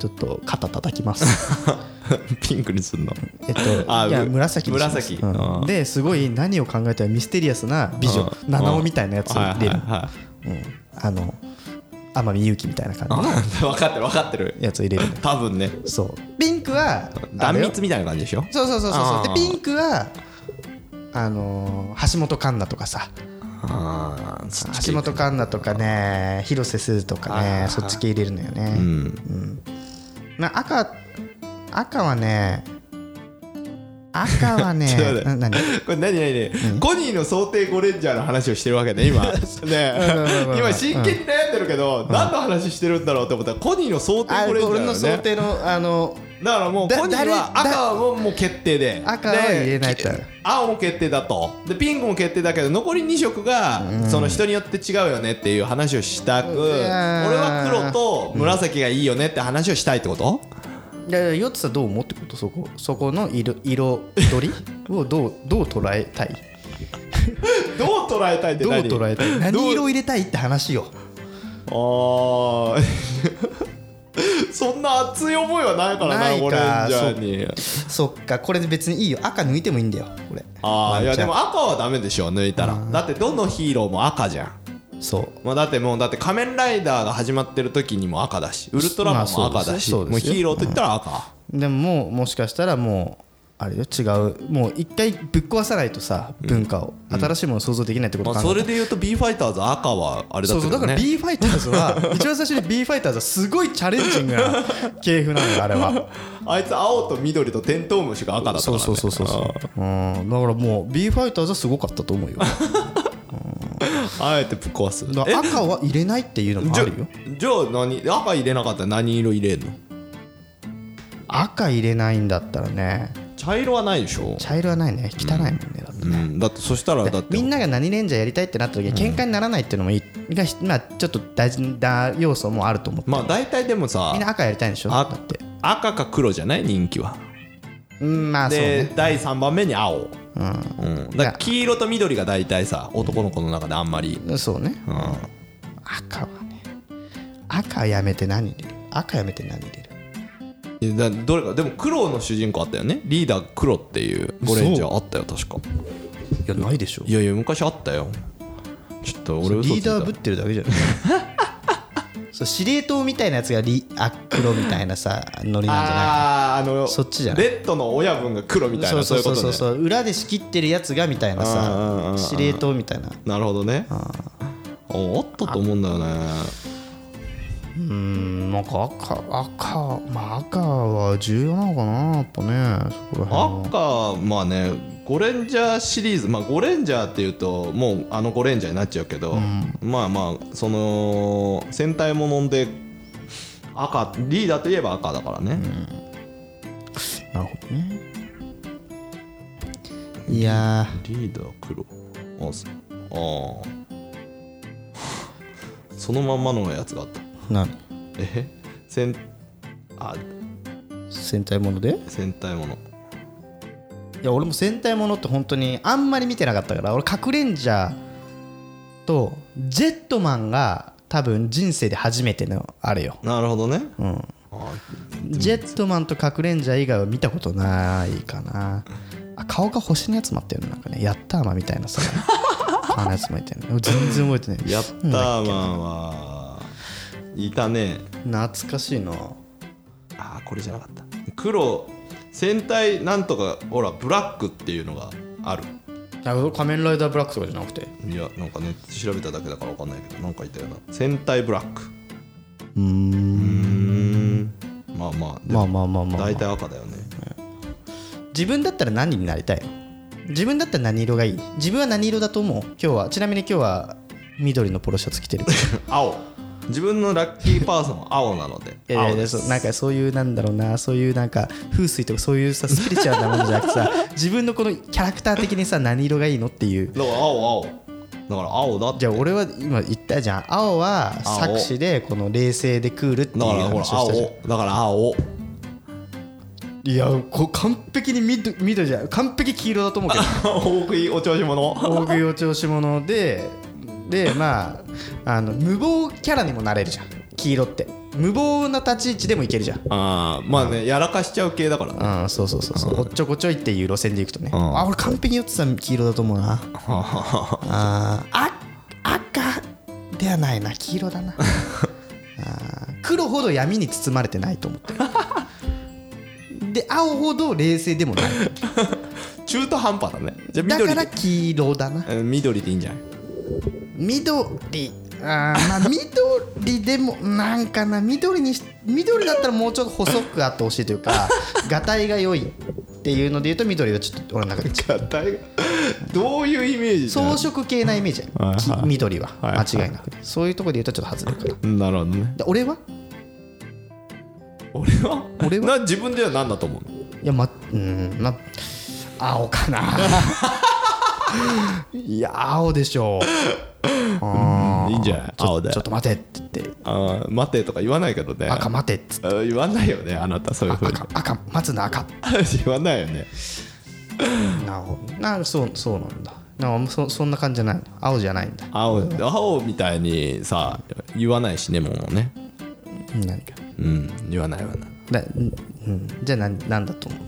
Speaker 1: ちょっと肩叩きます
Speaker 2: あ ピンクにすんの
Speaker 1: えっと
Speaker 2: あ
Speaker 1: いや
Speaker 2: む
Speaker 1: 紫にします
Speaker 2: 紫
Speaker 1: うん
Speaker 2: うん
Speaker 1: ですごい何を考えたらミステリアスな美女
Speaker 2: うん
Speaker 1: 七尾みたいなやつを
Speaker 2: はい
Speaker 1: 入
Speaker 2: はい
Speaker 1: れる
Speaker 2: は
Speaker 1: あの天海祐希みたいな 感じの
Speaker 2: い分かってる分かってる
Speaker 1: やつを入れるの
Speaker 2: 多分ね
Speaker 1: そうピンクは
Speaker 2: 断
Speaker 1: あれよ
Speaker 2: 蜜みたいな感じでしょ
Speaker 1: そうそうそうそう
Speaker 2: あ
Speaker 1: そう
Speaker 2: ー
Speaker 1: でピンクはあのー橋本環奈とかさ
Speaker 2: ああそっち
Speaker 1: 橋本環奈とかね広瀬すずとか
Speaker 2: あ
Speaker 1: ね
Speaker 2: ー
Speaker 1: そっち系入れるのよ
Speaker 2: う
Speaker 1: ね、
Speaker 2: ん
Speaker 1: まあ、赤赤はね赤はね
Speaker 2: ちょっと待って
Speaker 1: な何
Speaker 2: これ何何何、コニーの想定ゴレンジャーの話をしてるわけね 今ね
Speaker 1: うんうんうん
Speaker 2: 今真剣に悩んでるけど、何の話してるんだろうって思ったらコニーの想定
Speaker 1: あ
Speaker 2: ゴレンジャー
Speaker 1: 俺
Speaker 2: だ
Speaker 1: の
Speaker 2: よ
Speaker 1: 想
Speaker 2: ね
Speaker 1: 定のあの
Speaker 2: だからもう
Speaker 1: だ
Speaker 2: コニーは
Speaker 1: 誰だ
Speaker 2: 赤はもうもう決定で
Speaker 1: 赤は入れないと
Speaker 2: で青も決定だとでピンクも決定だけど残り2色がその人によって違うよねっていう話をしたく
Speaker 1: うん
Speaker 2: 俺は黒と紫がいいよねって話をしたいってこと、
Speaker 1: いやいやヨッツさんどう思うってことそこそこの色色取 りをどうどう捉えたい
Speaker 2: どう捉えたいって
Speaker 1: どう
Speaker 2: 何
Speaker 1: 捉えたい
Speaker 2: どう
Speaker 1: 何色入れたいって話よ
Speaker 2: あー そんな熱い思いはないか
Speaker 1: な
Speaker 2: らない
Speaker 1: か
Speaker 2: ゴレンジャーに
Speaker 1: そっかこれで別にいいよ赤抜いてもいいんだよこれ
Speaker 2: あ
Speaker 1: ワンチ
Speaker 2: あい
Speaker 1: ャン
Speaker 2: やでも赤はダメでしょ抜いたらだってどのヒーローも赤じゃん
Speaker 1: そう
Speaker 2: まあ、だってもうだって仮面ライダーが始まってる時にも赤だしウルトラマンも赤だし、
Speaker 1: まあそう
Speaker 2: もう
Speaker 1: です
Speaker 2: ヒ
Speaker 1: よ
Speaker 2: ーローといったら赤、
Speaker 1: でももうもしかしたらもうあれよ違うもう一回ぶっ壊さないとさ文化を、新しいものを想像できないってこと
Speaker 2: ま
Speaker 1: か
Speaker 2: あ、それで言うと B ファイターズ赤はあれだ
Speaker 1: そ
Speaker 2: っ
Speaker 1: うそうだ
Speaker 2: たけど
Speaker 1: から
Speaker 2: ね
Speaker 1: B ファイターズ は一番最初に B ファイターズはすごいチャレンジングな系譜なんだよあれは
Speaker 2: あいつ青と緑とテントウムシが赤だったから、
Speaker 1: そう
Speaker 2: ね、
Speaker 1: そうそうそうそううんだからもう B ファイターズはすごかったと思う よだか
Speaker 2: ああえてぶっ壊すえ
Speaker 1: ら赤は入れないっていうのも
Speaker 2: じ
Speaker 1: あ
Speaker 2: ゃ
Speaker 1: るよ
Speaker 2: じゃあ何赤入れなかったら何色入れんの
Speaker 1: 赤入れないんだったらね
Speaker 2: 茶色はないでしょ、
Speaker 1: 茶色はないね汚いもんねだって
Speaker 2: うん、だってそしたらだって
Speaker 1: みんなが何レンジャーやりたいってなった時に喧嘩にならないっていうのもいい、がひまあ、ちょっと大事な要素もあると思って、
Speaker 2: まあ大体でも
Speaker 1: みん
Speaker 2: さ
Speaker 1: な赤やりたいんでしょ
Speaker 2: あ
Speaker 1: だって
Speaker 2: 赤か黒じゃない人気は
Speaker 1: うんまあそう
Speaker 2: で、
Speaker 1: ね
Speaker 2: 第3番目に青、うんだから黄色と緑が大体さ男の子の中であんまり、
Speaker 1: そうね
Speaker 2: うん、
Speaker 1: 赤はね赤やめて何入れる赤やめて何入れる
Speaker 2: えだどれかでも黒の主人公あったよねリーダー黒っていうゴレンジャーあったよ確か
Speaker 1: いやないでしょ
Speaker 2: いやいや昔あったよちょっと俺嘘つ
Speaker 1: リ
Speaker 2: い
Speaker 1: ー
Speaker 2: た
Speaker 1: ダーぶってるだけじ ゃないそう司令塔みたいなやつがリあ黒みたいなさノリなんじゃない
Speaker 2: あああの
Speaker 1: そっちじゃない
Speaker 2: レッドの親分が黒みたい
Speaker 1: そう
Speaker 2: な
Speaker 1: そ
Speaker 2: そうういう
Speaker 1: そ
Speaker 2: こ
Speaker 1: う
Speaker 2: と
Speaker 1: そう
Speaker 2: ね
Speaker 1: そう裏で仕切ってるやつがみたいな
Speaker 2: うんうんうんう
Speaker 1: さ
Speaker 2: ん
Speaker 1: 司令塔みたいな
Speaker 2: なるほどねああったと思うんだよね
Speaker 1: うんなんか赤赤まあ赤は重要なのかなやっぱねそこら辺は
Speaker 2: 赤まあねゴレンジャーシリーズまあゴレンジャーっていうともうあのゴレンジャーになっちゃうけど、まあまあその戦隊もので赤リーダーといえば赤だからね、
Speaker 1: なるほどねいや
Speaker 2: リーダー黒あそうあーそのまんまのやつがあった
Speaker 1: 何
Speaker 2: えせんあ
Speaker 1: 戦隊もので
Speaker 2: 戦隊もの
Speaker 1: いや俺も戦隊ものって本当にあんまり見てなかったから俺カクレンジャーとジェットマンが多分人生で初めてのあれよ、
Speaker 2: なるほどね
Speaker 1: うん、
Speaker 2: あ
Speaker 1: ジェットマンとカクレンジャー以外は見たことないかなあ顔が星のやつもあったよねなんかねヤッターマンみたいな さあのやつもいてね全然覚えてない
Speaker 2: ヤッターマンはいたね
Speaker 1: 懐かしいな
Speaker 2: あーこれじゃなかった黒戦隊なんとかほらブラックっていうのがある
Speaker 1: あ仮面ライダーブラックとかじゃなくて
Speaker 2: いやなんかね調べただけだから分かんないけどなんかいたよな戦隊ブラック
Speaker 1: うーん
Speaker 2: うんまあまあで
Speaker 1: まあまあ
Speaker 2: も
Speaker 1: まあまあ、まあ、
Speaker 2: 大体赤だよね
Speaker 1: 自分だったら何になりたいの自分だったら何色がいい自分は何色だと思う今日はちなみに今日は緑のポロシャツ着てる
Speaker 2: 青自分のラッキーパーソンは青なの で
Speaker 1: いやい
Speaker 2: 青
Speaker 1: や
Speaker 2: で
Speaker 1: そう
Speaker 2: す
Speaker 1: なんかそういうなんだろうなそういうなんか風水とかそういうさスピリチュアルなものじゃなくてさ 自分のこのキャラクター的にさ何色がいいのっていう
Speaker 2: だから青青だから青だって
Speaker 1: じゃあ俺は今言ったじゃん青は
Speaker 2: 青
Speaker 1: 作詞でこの冷静でクールっていう
Speaker 2: だからほら
Speaker 1: 話をしたじゃん
Speaker 2: 青だから青
Speaker 1: いやこ完璧に緑緑じゃん完璧黄色だと思うけど
Speaker 2: 大食いお調子者
Speaker 1: 大食いお調子者ででまああの無謀キャラにもなれるじゃん黄色って無謀な立ち位置でもいけるじゃん
Speaker 2: ああまあねやらかしちゃう系だからね
Speaker 1: うん、そうそうそうそうおっちょこちょいっていう路線でいくとね、
Speaker 2: うん
Speaker 1: あ俺完璧に寄ってた黄色だと思うな あーあ赤ではないな黄色だ なあー黒ほど闇に包まれてないと思って るで青ほど冷静でもない
Speaker 2: 中途半端だねじゃあ
Speaker 1: だか
Speaker 2: 緑
Speaker 1: ら
Speaker 2: で
Speaker 1: 黄色だな
Speaker 2: うん緑でいいんじゃない
Speaker 1: 緑あーまあ 緑でもなんかな緑にし緑だったらもうちょっと細くあってほしいという かがたいが良いっていうので言うと緑はちょっと俺の中で違う
Speaker 2: 硬いどういうイメージ
Speaker 1: 装飾系なイメージや
Speaker 2: はいはい
Speaker 1: き緑は
Speaker 2: はいはい
Speaker 1: 間違いなくねそういうところで言うとちょっと外れるから
Speaker 2: なるほどね
Speaker 1: で俺は
Speaker 2: 俺は
Speaker 1: 俺は
Speaker 2: な自分では何だと思う
Speaker 1: いやまうーんま青かな いや青でしょう あー
Speaker 2: いいんじゃない
Speaker 1: ちょ
Speaker 2: 青で
Speaker 1: ちょっと待てって言って
Speaker 2: あー待てとか言わないけどね
Speaker 1: 赤待てっつって
Speaker 2: あー言わないよねあなたそういうふうに
Speaker 1: 赤赤待つな赤
Speaker 2: 言わないよね
Speaker 1: なるほどなそうそうなんだなんかそそんな感じじゃないの青じゃないんだ
Speaker 2: 青青みたいにさ言わないしねもうね
Speaker 1: 何か
Speaker 2: うん言わないわな
Speaker 1: だ、うんうん、じゃあ何何だと思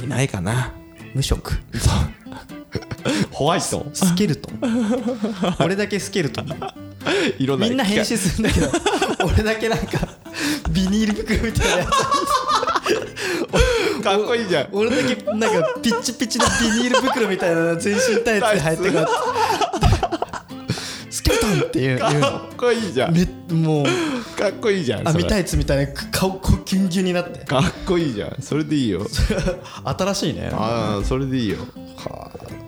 Speaker 1: う
Speaker 2: いないかな
Speaker 1: 無 色
Speaker 2: ホワイト
Speaker 1: スケルトン俺だけスケル トン
Speaker 2: 色ない
Speaker 1: みんな編集するんだけど俺だけなんかビニール袋みたいなや
Speaker 2: かっこいいじゃん
Speaker 1: つ俺だけなんかピッチピチのビニール袋みたいな全身タイツで入ってこうやって スケルトンっていういう
Speaker 2: か
Speaker 1: の
Speaker 2: っこいいじゃん
Speaker 1: めもう
Speaker 2: かっこいいじゃんそれ
Speaker 1: 網タイツみたいな顔こうキュンキュンになって
Speaker 2: かっこいいじゃんそれでいいよ
Speaker 1: 新しいね
Speaker 2: ああそれでいいよ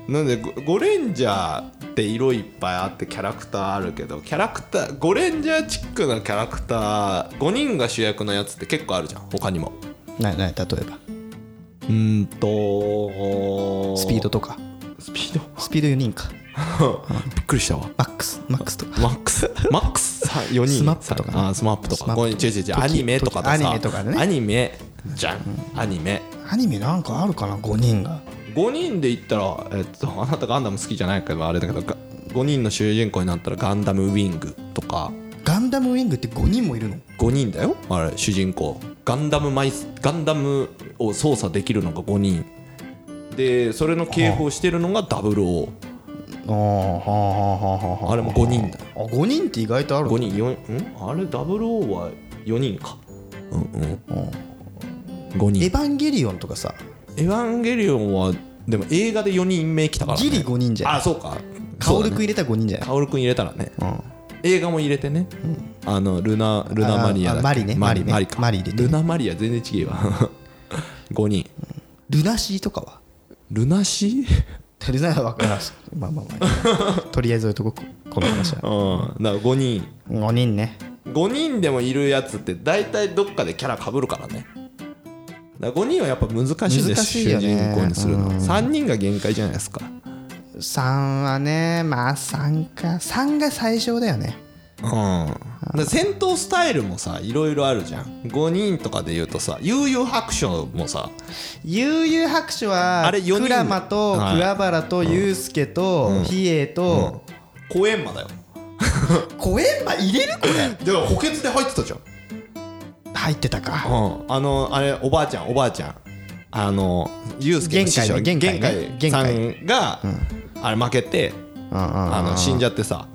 Speaker 2: なんでゴゴレンジャーって色いっぱいあってキャラクターあるけどキャラクターゴレンジャーチックなキャラクター5人が主役のやつって結構あるじゃん他にも
Speaker 1: ないない例えば
Speaker 2: うーんと
Speaker 1: スピードとか
Speaker 2: スピード
Speaker 1: スピード4人か
Speaker 2: びっくりしたわ
Speaker 1: マックスマックスとか
Speaker 2: マッ クスマックスさ4人
Speaker 1: スマップとかね
Speaker 2: あースマップと
Speaker 1: スマ
Speaker 2: か
Speaker 1: ップ
Speaker 2: こういう違う違う違うアニメとかでさ
Speaker 1: アニメとかでね
Speaker 2: アニメじゃんアニメ
Speaker 1: アニメなんかあるかな5人が
Speaker 2: 5人で言ったら、えっと、 あなたガンダム好きじゃないからあれだけどが5人の主人公になったらガンダムウィングとか
Speaker 1: ガンダムウィングって5人もいるの
Speaker 2: 5人だよあれ主人公ガンダムマイスガンダムを操作できるのが5人でそれの警報してるのが00
Speaker 1: ああはあはあはあ
Speaker 2: あれも5人だよ
Speaker 1: あ5人って意外とある
Speaker 2: 5人4んあれ00は4人かうんうん
Speaker 1: エ
Speaker 2: 5
Speaker 1: ヴ
Speaker 2: 人
Speaker 1: ァンゲリオンとかさ
Speaker 2: エヴァンゲリオンはでも映画で4人目来たから、ね、
Speaker 1: ギリ5人じゃん
Speaker 2: あそうか
Speaker 1: カオル
Speaker 2: そうだね
Speaker 1: くん入れたら5人じゃない
Speaker 2: カオルくん入れたらね
Speaker 1: うん
Speaker 2: 映画も入れてね、あのルナルナマリアだっけ
Speaker 1: あマリね
Speaker 2: マ
Speaker 1: マリ
Speaker 2: リ
Speaker 1: ね
Speaker 2: マリか
Speaker 1: マリ入れてね
Speaker 2: ルナマリア全然違えわ 5人
Speaker 1: ルナシーとかは
Speaker 2: ルナシ
Speaker 1: ルナは分からんすまあまあまあ とりあえず置いとこうこの話 は
Speaker 2: ーうんだから5人
Speaker 1: 5人ね
Speaker 2: 5人でもいるやつって大体どっかでキャラかぶるからねだから5人はやっぱ難しいんで
Speaker 1: 難
Speaker 2: す
Speaker 1: しいよね
Speaker 2: 主人公にするの
Speaker 1: うん
Speaker 2: 3人が限界じゃないですか
Speaker 1: 3はねまあ3か3が最小だよね
Speaker 2: あうん、で戦闘スタイルもさいろいろあるじゃん5人とかで言うとさ悠々白書もさ
Speaker 1: 悠々白書は
Speaker 2: あれ四人
Speaker 1: クラマと
Speaker 2: はい
Speaker 1: 桑原とユウスケと比叡と
Speaker 2: 小閻魔だよ
Speaker 1: 小閻魔入れる これ
Speaker 2: だから補欠で入ってたじゃん、
Speaker 1: 入ってたか
Speaker 2: うん、あのあれおばあちゃんおばあちゃんあのユースケの師匠
Speaker 1: 玄海ね
Speaker 2: 玄
Speaker 1: 玄海ね
Speaker 2: 海さんが、あれ負けてあ
Speaker 1: あ
Speaker 2: の死んじゃってさ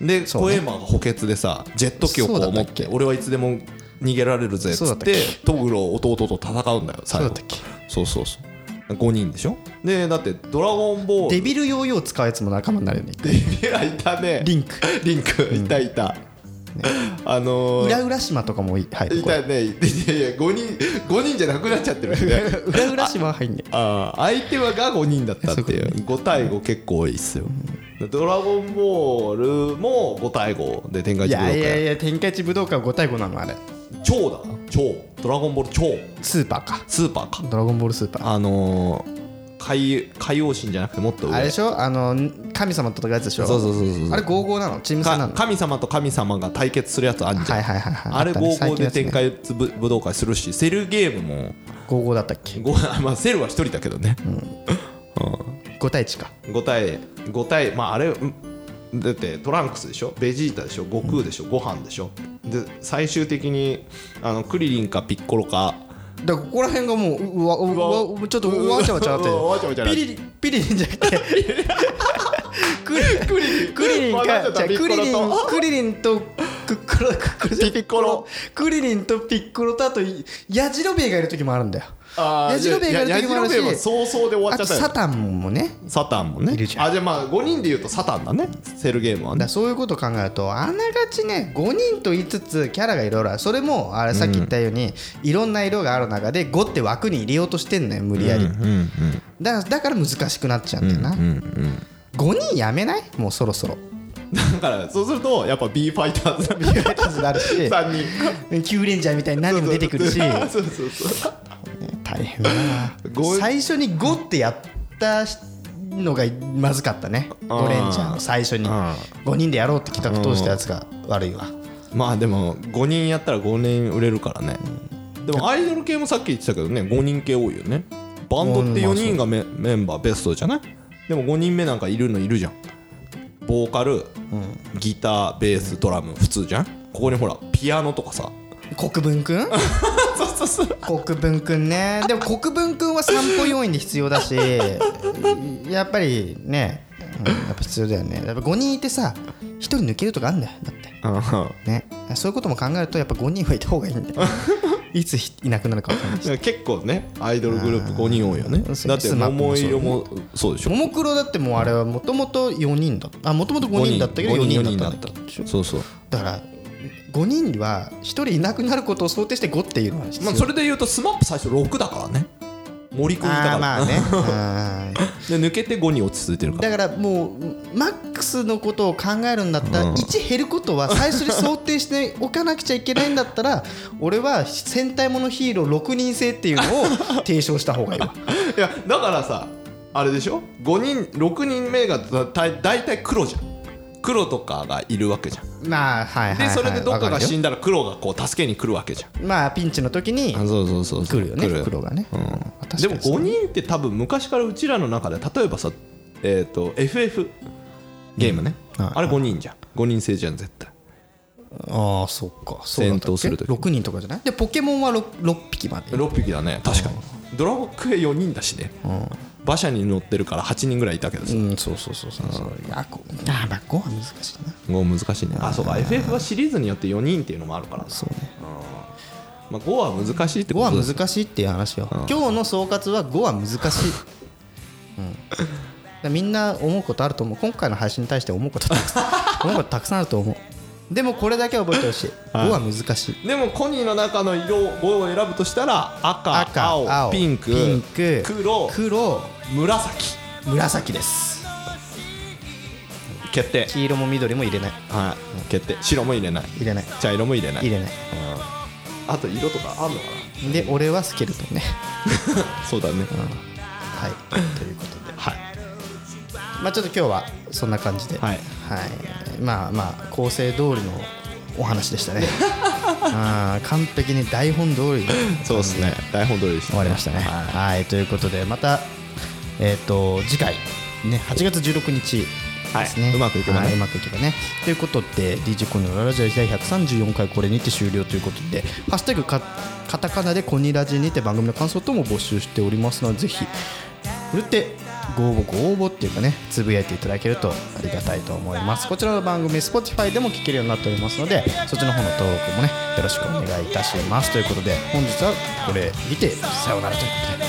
Speaker 2: で
Speaker 1: そう
Speaker 2: 小
Speaker 1: ね
Speaker 2: エマが補欠でさジェット機をこ
Speaker 1: そうだ
Speaker 2: う
Speaker 1: った
Speaker 2: 持
Speaker 1: っ
Speaker 2: っ
Speaker 1: け
Speaker 2: て俺はいつでも逃げられるぜっ
Speaker 1: そう
Speaker 2: つ
Speaker 1: だ
Speaker 2: っ
Speaker 1: ったってけ
Speaker 2: トグロ弟と戦うんだよ最
Speaker 1: そうだ
Speaker 2: 後
Speaker 1: ったっけ
Speaker 2: そうそうそう5人でしょでだって「ドラゴンボール」
Speaker 1: デビルヨーヨー使うやつも仲間になるよね
Speaker 2: デビラ いたね
Speaker 1: リンク
Speaker 2: リンクいたいた、あのー
Speaker 1: 裏浦島とかも入る
Speaker 2: い
Speaker 1: こ れ
Speaker 2: たねいやいや5人5人じゃなくなっちゃってるん で
Speaker 1: 裏浦島は入んね
Speaker 2: ああ相手はが5人だったっていう
Speaker 1: そういうこ
Speaker 2: 5対5結構多いっすよ「ドラゴンボール」も5対5で展開
Speaker 1: い
Speaker 2: 中
Speaker 1: やいやい
Speaker 2: や
Speaker 1: や天下一武道会は5対5なのあれ
Speaker 2: 超だな超ドラゴンボール超
Speaker 1: スーパーか
Speaker 2: スーパーか
Speaker 1: ドラゴンボールスーパー
Speaker 2: あのー、海海王神じゃなくてもっと上
Speaker 1: あれでしょあの神様と戦うやつでしょ
Speaker 2: そうそうそうそう
Speaker 1: あれ55なのチーム戦な
Speaker 2: か
Speaker 1: の
Speaker 2: 神様と神様が対決するやつあんじゃ
Speaker 1: は
Speaker 2: ん、
Speaker 1: いはいはいはい
Speaker 2: あれ
Speaker 1: あったね
Speaker 2: 55で
Speaker 1: 最
Speaker 2: 展
Speaker 1: 近の
Speaker 2: 開つぶ武道会するしセルゲームも
Speaker 1: 55だったっけ
Speaker 2: ごまあ、セルは一人だけどね、
Speaker 1: 5対1か
Speaker 2: 五対5対まああれうんだってトランクスでしょベジータでしょ悟空でしょ、ご飯でしょで最終的にあのクリリンかピッコロか
Speaker 1: だからここら辺がもううわうわうわちょっと
Speaker 2: うわ
Speaker 1: わちゃわちゃなって
Speaker 2: うわわちゃわちゃなっ
Speaker 1: ピ
Speaker 2: て
Speaker 1: リリピリリンじゃなく てクリクリクリリン
Speaker 2: 混ざっちゃ
Speaker 1: か
Speaker 2: った
Speaker 1: じゃあ
Speaker 2: ピッコ
Speaker 1: ク
Speaker 2: ロ
Speaker 1: リ
Speaker 2: と
Speaker 1: リンクリリンとクッコロクッコロじゃない
Speaker 2: ピッコロ
Speaker 1: クリリンとピッコロとあとヤジロベエがいる時もあるんだよ
Speaker 2: あー
Speaker 1: ヤジロベエがいる時もある
Speaker 2: ややじろべえは
Speaker 1: し
Speaker 2: 早々で終わっ
Speaker 1: あ
Speaker 2: ち
Speaker 1: と
Speaker 2: ゃったよ
Speaker 1: サタンもね
Speaker 2: サタンもね
Speaker 1: いるじゃん
Speaker 2: あじゃあまあ5人で言うとサタンだねセルゲーム
Speaker 1: だ
Speaker 2: は
Speaker 1: か
Speaker 2: ね
Speaker 1: らそういうことを考えるとあながちね5人と言いつつキャラがいろいろあるそれもあれさっき言ったように、いろんな色がある中で5って枠に入れようとしてんのよ無理やり、
Speaker 2: うんうん
Speaker 1: だからだから難しくなっちゃうんだよな、5人やめないもうそろ そろ
Speaker 2: だからそうするとやっぱ B ファイターズ
Speaker 1: ビューティーズあるし
Speaker 2: 3人
Speaker 1: キュウレンジャーみたいに何人も出てくるし
Speaker 2: そうそうそう
Speaker 1: 大変だな
Speaker 2: ご
Speaker 1: 最初に5ってやったのがまずかったね
Speaker 2: あー
Speaker 1: 5レンジャーの最初に
Speaker 2: あ
Speaker 1: 5人でやろうって企画通したやつが悪いわ
Speaker 2: まあでも5人やったら5年売れるからねでもアイドル系もさっき言ってたけどね5人系多いよねバンドって4人がメメンバーベストじゃないでも5人目なんかいるのいるじゃんボーカル、ギターベースドラム普通じゃんここにほらピアノとかさ
Speaker 1: 国分くん
Speaker 2: そう そうそう
Speaker 1: 国分くんねでも国分くんは散歩要員で必要だ しやっぱりね、うんやっぱ必要だよねやっぱ5人いてさ1人抜けるとかあるんだよだってね、そういうことも考えるとやっぱ5人はいた方がいいん だよいつひいなくなるか分かんないし
Speaker 2: 結構ねアイドルグループ5人多いよね
Speaker 1: あー
Speaker 2: だって
Speaker 1: スマップも
Speaker 2: 桃
Speaker 1: そう
Speaker 2: 色もそうでしょ
Speaker 1: ももクロだってもうあれはもともと4人だったあもともと5人だったけど4
Speaker 2: 5
Speaker 1: 人
Speaker 2: 4
Speaker 1: だったんだっけ
Speaker 2: 人そうそう
Speaker 1: だから5人は1人いなくなることを想定して5っていうのは必要、
Speaker 2: まあそれで言うとスマップ最初6だからね森君いたか
Speaker 1: あ
Speaker 2: ら
Speaker 1: ーまあね あー
Speaker 2: で抜けて5に落ち着いてるから
Speaker 1: だからもうマックスのことを考えるんだったら1減ることは最初に想定しておかなくちゃいけないんだったら 俺は戦隊ものヒーロー6人制っていうのを提唱した方がいい わ
Speaker 2: いやだからさあれでしょ5人6人目がだだい大体黒じゃん黒とかがいるわけじゃん
Speaker 1: まあはいはい、は
Speaker 2: で
Speaker 1: い、
Speaker 2: それでどっか
Speaker 1: わ
Speaker 2: が
Speaker 1: るよ
Speaker 2: 死んだら黒がこう助けに来るわけじゃん
Speaker 1: まあピンチの時に
Speaker 2: そうそうそう
Speaker 1: 来るよね黒がね、うん
Speaker 2: でも5人って多分昔からうちらの中で例えばさえっ、と FF ゲームね、
Speaker 1: うんはい
Speaker 2: あれ5人じゃん5人制じゃん絶対
Speaker 1: ああそっかそうだったっけ
Speaker 2: 戦闘する時
Speaker 1: 6人とかじゃないでポケモンは 6, 6匹まで
Speaker 2: 6匹だね確かにドラゴンクエ4人だしね、馬車に乗ってるから8人ぐらいいたけどさ、
Speaker 1: うんそうそうそうそうそういやこあまあ5は難しいな
Speaker 2: 5難しいねあそうか FF はシリーズによって4人っていうのもあるからな
Speaker 1: そうね
Speaker 2: まあ、5は難しいって
Speaker 1: 5
Speaker 2: こと
Speaker 1: は
Speaker 2: です
Speaker 1: 難しいっていう話よ今日の総括は5は難しいうんだみんな思うことあると思う今回の配信に対して思うことたくさん 思うことたくさんあると思うでもこれだけは覚えてほしい5は難しい
Speaker 2: でもコニーの中の色を5を選ぶとしたら赤
Speaker 1: 赤
Speaker 2: 青
Speaker 1: 青
Speaker 2: ピンク
Speaker 1: ピンク
Speaker 2: 黒
Speaker 1: 黒
Speaker 2: 紫
Speaker 1: 紫です
Speaker 2: 決定、
Speaker 1: 黄色も緑も入れない
Speaker 2: はい、決定白も入れない
Speaker 1: 入れない
Speaker 2: 茶色も入れない
Speaker 1: 入れない
Speaker 2: あと色とかあんのか
Speaker 1: で俺はスケルトンね
Speaker 2: なそうだね、
Speaker 1: はいということで
Speaker 2: はい
Speaker 1: まあちょっと今日はそんな感じで、
Speaker 2: はい
Speaker 1: はいまあまあ構成通りのお話で したねあー完璧に台本通り
Speaker 2: そうですね台本通りです
Speaker 1: 終わりましたね。
Speaker 2: は
Speaker 1: はい、ということでまた、えー、と次回、ね、8月16日ですね、
Speaker 2: はいうまくいけばね
Speaker 1: はいうまくいけばね。ということで DJ コニーのララジオ第134回これにて終了ということで「ハッシュタグかカタカナ」でコニラジにて番組の感想等も募集しておりますのでぜひふるってご応募ご応募っていうかねつぶやいていただけるとありがたいと思いますこちらの番組 Spotify でも聴けるようになっておりますのでそっちの方の登録もねよろしくお願いいたしますということで本日はこれにてさようならということで